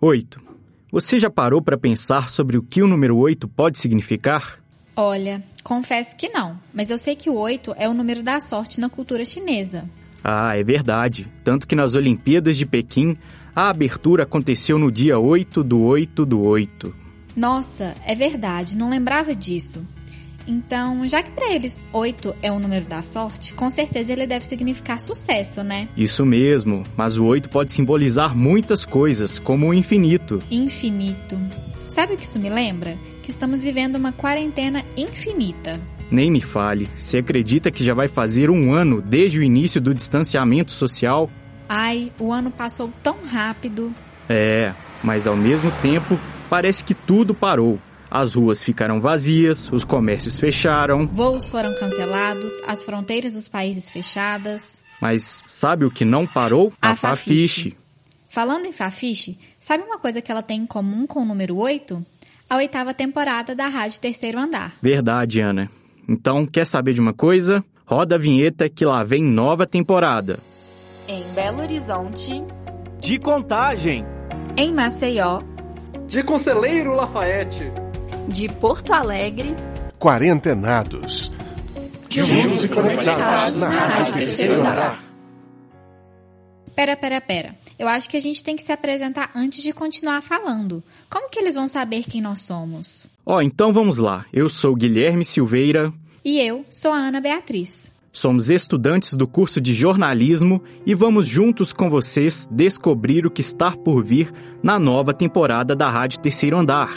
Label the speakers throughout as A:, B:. A: 8. Você já parou para pensar sobre o que o número 8 pode significar?
B: Olha, confesso que não, mas eu sei que o 8 é o número da sorte na cultura chinesa.
A: Ah, é verdade. Tanto que nas Olimpíadas de Pequim, a abertura aconteceu no dia 8 do 8 do 8.
B: Nossa, é verdade, não lembrava disso. Então, já que para eles 8 é o número da sorte, com certeza ele deve significar sucesso, né?
A: Isso mesmo, mas o 8 pode simbolizar muitas coisas, como o infinito.
B: Infinito. Sabe o que isso me lembra? Que estamos vivendo uma quarentena infinita.
A: Nem me fale, você acredita que já vai fazer um ano desde o início do distanciamento social?
B: Ai, o ano passou tão rápido.
A: É, mas ao mesmo tempo parece que tudo parou. As ruas ficaram vazias, os comércios fecharam.
B: Voos foram cancelados, as fronteiras dos países fechadas.
A: Mas sabe o que não parou?
B: A, a Fafiche. Falando em Fafiche, sabe uma coisa que ela tem em comum com o número 8? A oitava temporada da Rádio Terceiro Andar.
A: Verdade, Ana. Então, quer saber de uma coisa? Roda a vinheta que lá vem nova temporada.
C: Em Belo Horizonte.
D: De Contagem.
C: Em Maceió.
E: De Conselheiro Lafayette.
C: De Porto Alegre.
F: Quarentenados. Juntos e conectados na Rádio Terceiro Andar.
B: Pera, pera, pera. Eu acho que a gente tem que se apresentar antes de continuar falando. Como que eles vão saber quem nós somos?
A: Ó, oh, então vamos lá. Eu sou Guilherme Silveira.
B: E eu sou a Ana Beatriz.
A: Somos estudantes do curso de jornalismo e vamos juntos com vocês descobrir o que está por vir na nova temporada da Rádio Terceiro Andar.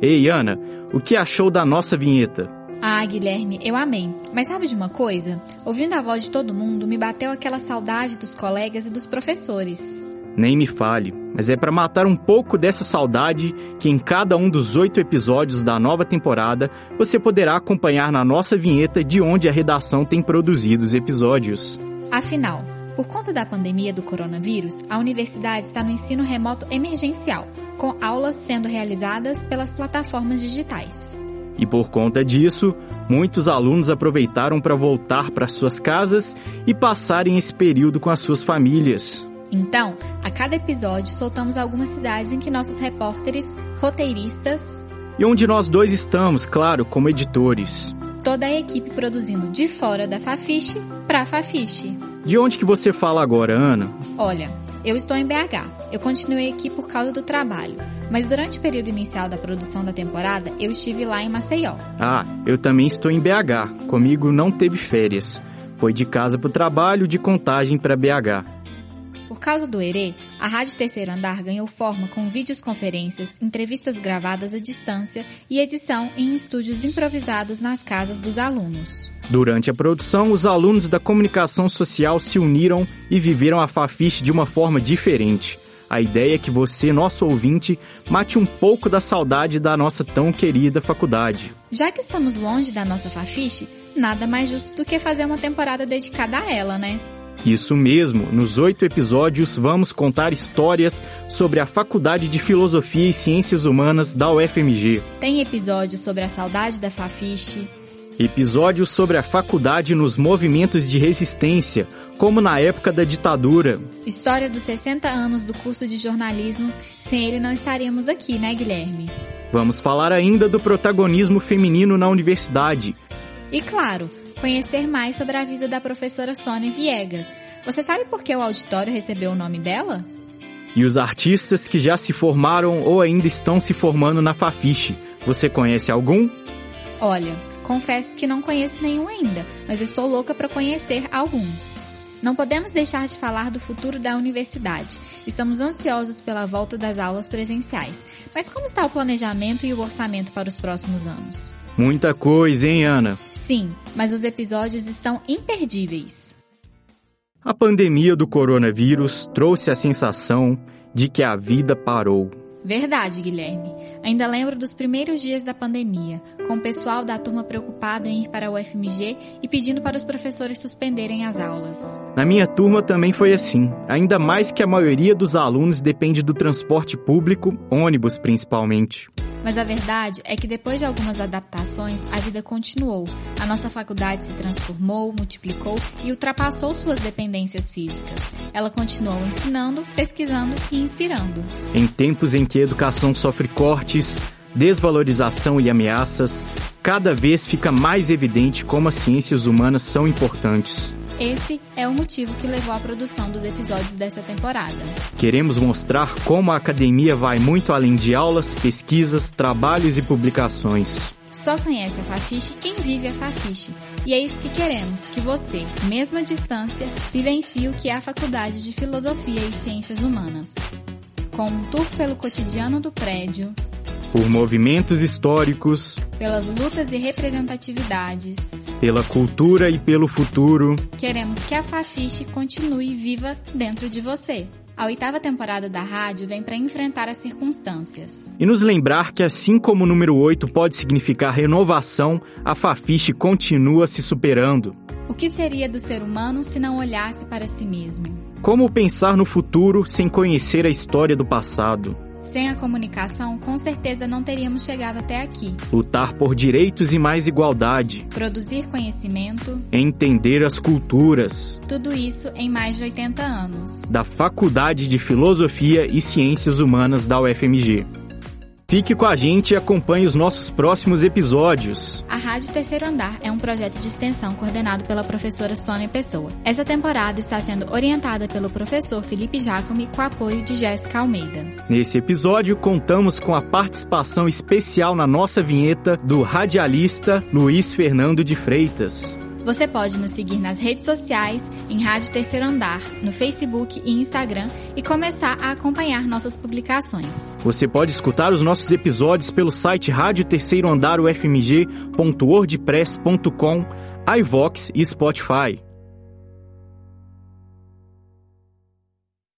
A: Ei, Ana, o que achou da nossa vinheta?
B: Ah, Guilherme, eu amei. Mas sabe de uma coisa? Ouvindo a voz de todo mundo, me bateu aquela saudade dos colegas e dos professores.
A: Nem me fale, mas é para matar um pouco dessa saudade que em cada um dos oito episódios da nova temporada você poderá acompanhar na nossa vinheta de onde a redação tem produzido os episódios.
B: Afinal, por conta da pandemia do coronavírus, a universidade está no ensino remoto emergencial, com aulas sendo realizadas pelas plataformas digitais.
A: E por conta disso, muitos alunos aproveitaram para voltar para suas casas e passarem esse período com as suas famílias.
B: Então, a cada episódio soltamos algumas cidades em que nossos repórteres, roteiristas
A: e onde nós dois estamos, claro, como editores.
B: Toda a equipe produzindo de fora da Fafiche para Fafiche.
A: De onde que você fala agora, Ana?
B: Olha, eu estou em BH. Eu continuei aqui por causa do trabalho, mas durante o período inicial da produção da temporada, eu estive lá em Maceió.
A: Ah, eu também estou em BH. Comigo não teve férias. Foi de casa para o trabalho, de contagem para BH.
B: Por causa do ERE, a Rádio Terceiro Andar ganhou forma com vídeos conferências, entrevistas gravadas à distância e edição em estúdios improvisados nas casas dos alunos.
A: Durante a produção, os alunos da comunicação social se uniram e viveram a Fafiche de uma forma diferente. A ideia é que você, nosso ouvinte, mate um pouco da saudade da nossa tão querida faculdade.
B: Já que estamos longe da nossa Fafiche, nada mais justo do que fazer uma temporada dedicada a ela, né?
A: Isso mesmo, nos oito episódios vamos contar histórias sobre a Faculdade de Filosofia e Ciências Humanas da UFMG.
B: Tem episódios sobre a saudade da Fafiche.
A: Episódios sobre a faculdade nos movimentos de resistência, como na época da ditadura.
B: História dos 60 anos do curso de jornalismo, sem ele não estaríamos aqui, né, Guilherme?
A: Vamos falar ainda do protagonismo feminino na universidade.
B: E claro, conhecer mais sobre a vida da professora Sônia Viegas. Você sabe por que o auditório recebeu o nome dela?
A: E os artistas que já se formaram ou ainda estão se formando na Fafiche. Você conhece algum?
B: Olha, confesso que não conheço nenhum ainda, mas estou louca para conhecer alguns. Não podemos deixar de falar do futuro da universidade. Estamos ansiosos pela volta das aulas presenciais. Mas como está o planejamento e o orçamento para os próximos anos?
A: Muita coisa, hein, Ana?
B: Sim, mas os episódios estão imperdíveis.
A: A pandemia do coronavírus trouxe a sensação de que a vida parou.
B: Verdade, Guilherme. Ainda lembro dos primeiros dias da pandemia, com o pessoal da turma preocupado em ir para o UFMG e pedindo para os professores suspenderem as aulas.
A: Na minha turma também foi assim, ainda mais que a maioria dos alunos depende do transporte público, ônibus principalmente.
B: Mas a verdade é que depois de algumas adaptações, a vida continuou. A nossa faculdade se transformou, multiplicou e ultrapassou suas dependências físicas. Ela continuou ensinando, pesquisando e inspirando.
A: Em tempos em que a educação sofre cortes, desvalorização e ameaças, cada vez fica mais evidente como as ciências humanas são importantes.
B: Esse é o motivo que levou à produção dos episódios dessa temporada.
A: Queremos mostrar como a academia vai muito além de aulas, pesquisas, trabalhos e publicações.
B: Só conhece a Fafiche quem vive a Fafiche. E é isso que queremos, que você, mesmo à distância, vivencie o que é a Faculdade de Filosofia e Ciências Humanas. Com um tour pelo cotidiano do prédio,
A: Por movimentos históricos,
B: pelas lutas e representatividades,
A: pela cultura e pelo futuro,
B: Queremos que a Fafiche continue viva dentro de você. A oitava temporada da rádio vem para enfrentar as circunstâncias.
A: e nos lembrar que, assim como o número 8 pode significar renovação, a Fafiche continua se superando.
B: O que seria do ser humano se não olhasse para si mesmo?
A: Como pensar no futuro sem conhecer a história do passado?
B: Sem a comunicação, com certeza não teríamos chegado até aqui.
A: Lutar por direitos e mais igualdade,
B: Produzir conhecimento,
A: entender as culturas,
B: tudo isso em mais de 80 anos.
A: da Faculdade de Filosofia e Ciências Humanas da UFMG. Fique com a gente e acompanhe os nossos próximos episódios.
B: A Rádio Terceiro Andar é um projeto de extensão coordenado pela professora Sônia Pessoa. Essa temporada está sendo orientada pelo professor Felipe Jacome com apoio de Jéssica Almeida.
A: Nesse episódio, contamos com a participação especial na nossa vinheta do radialista Luiz Fernando de Freitas.
B: Você pode nos seguir nas redes sociais, em Rádio Terceiro Andar, no Facebook e Instagram e começar a acompanhar nossas publicações.
A: Você pode escutar os nossos episódios pelo site rádio terceiro andar ufmg.wordpress.com, iVox e Spotify.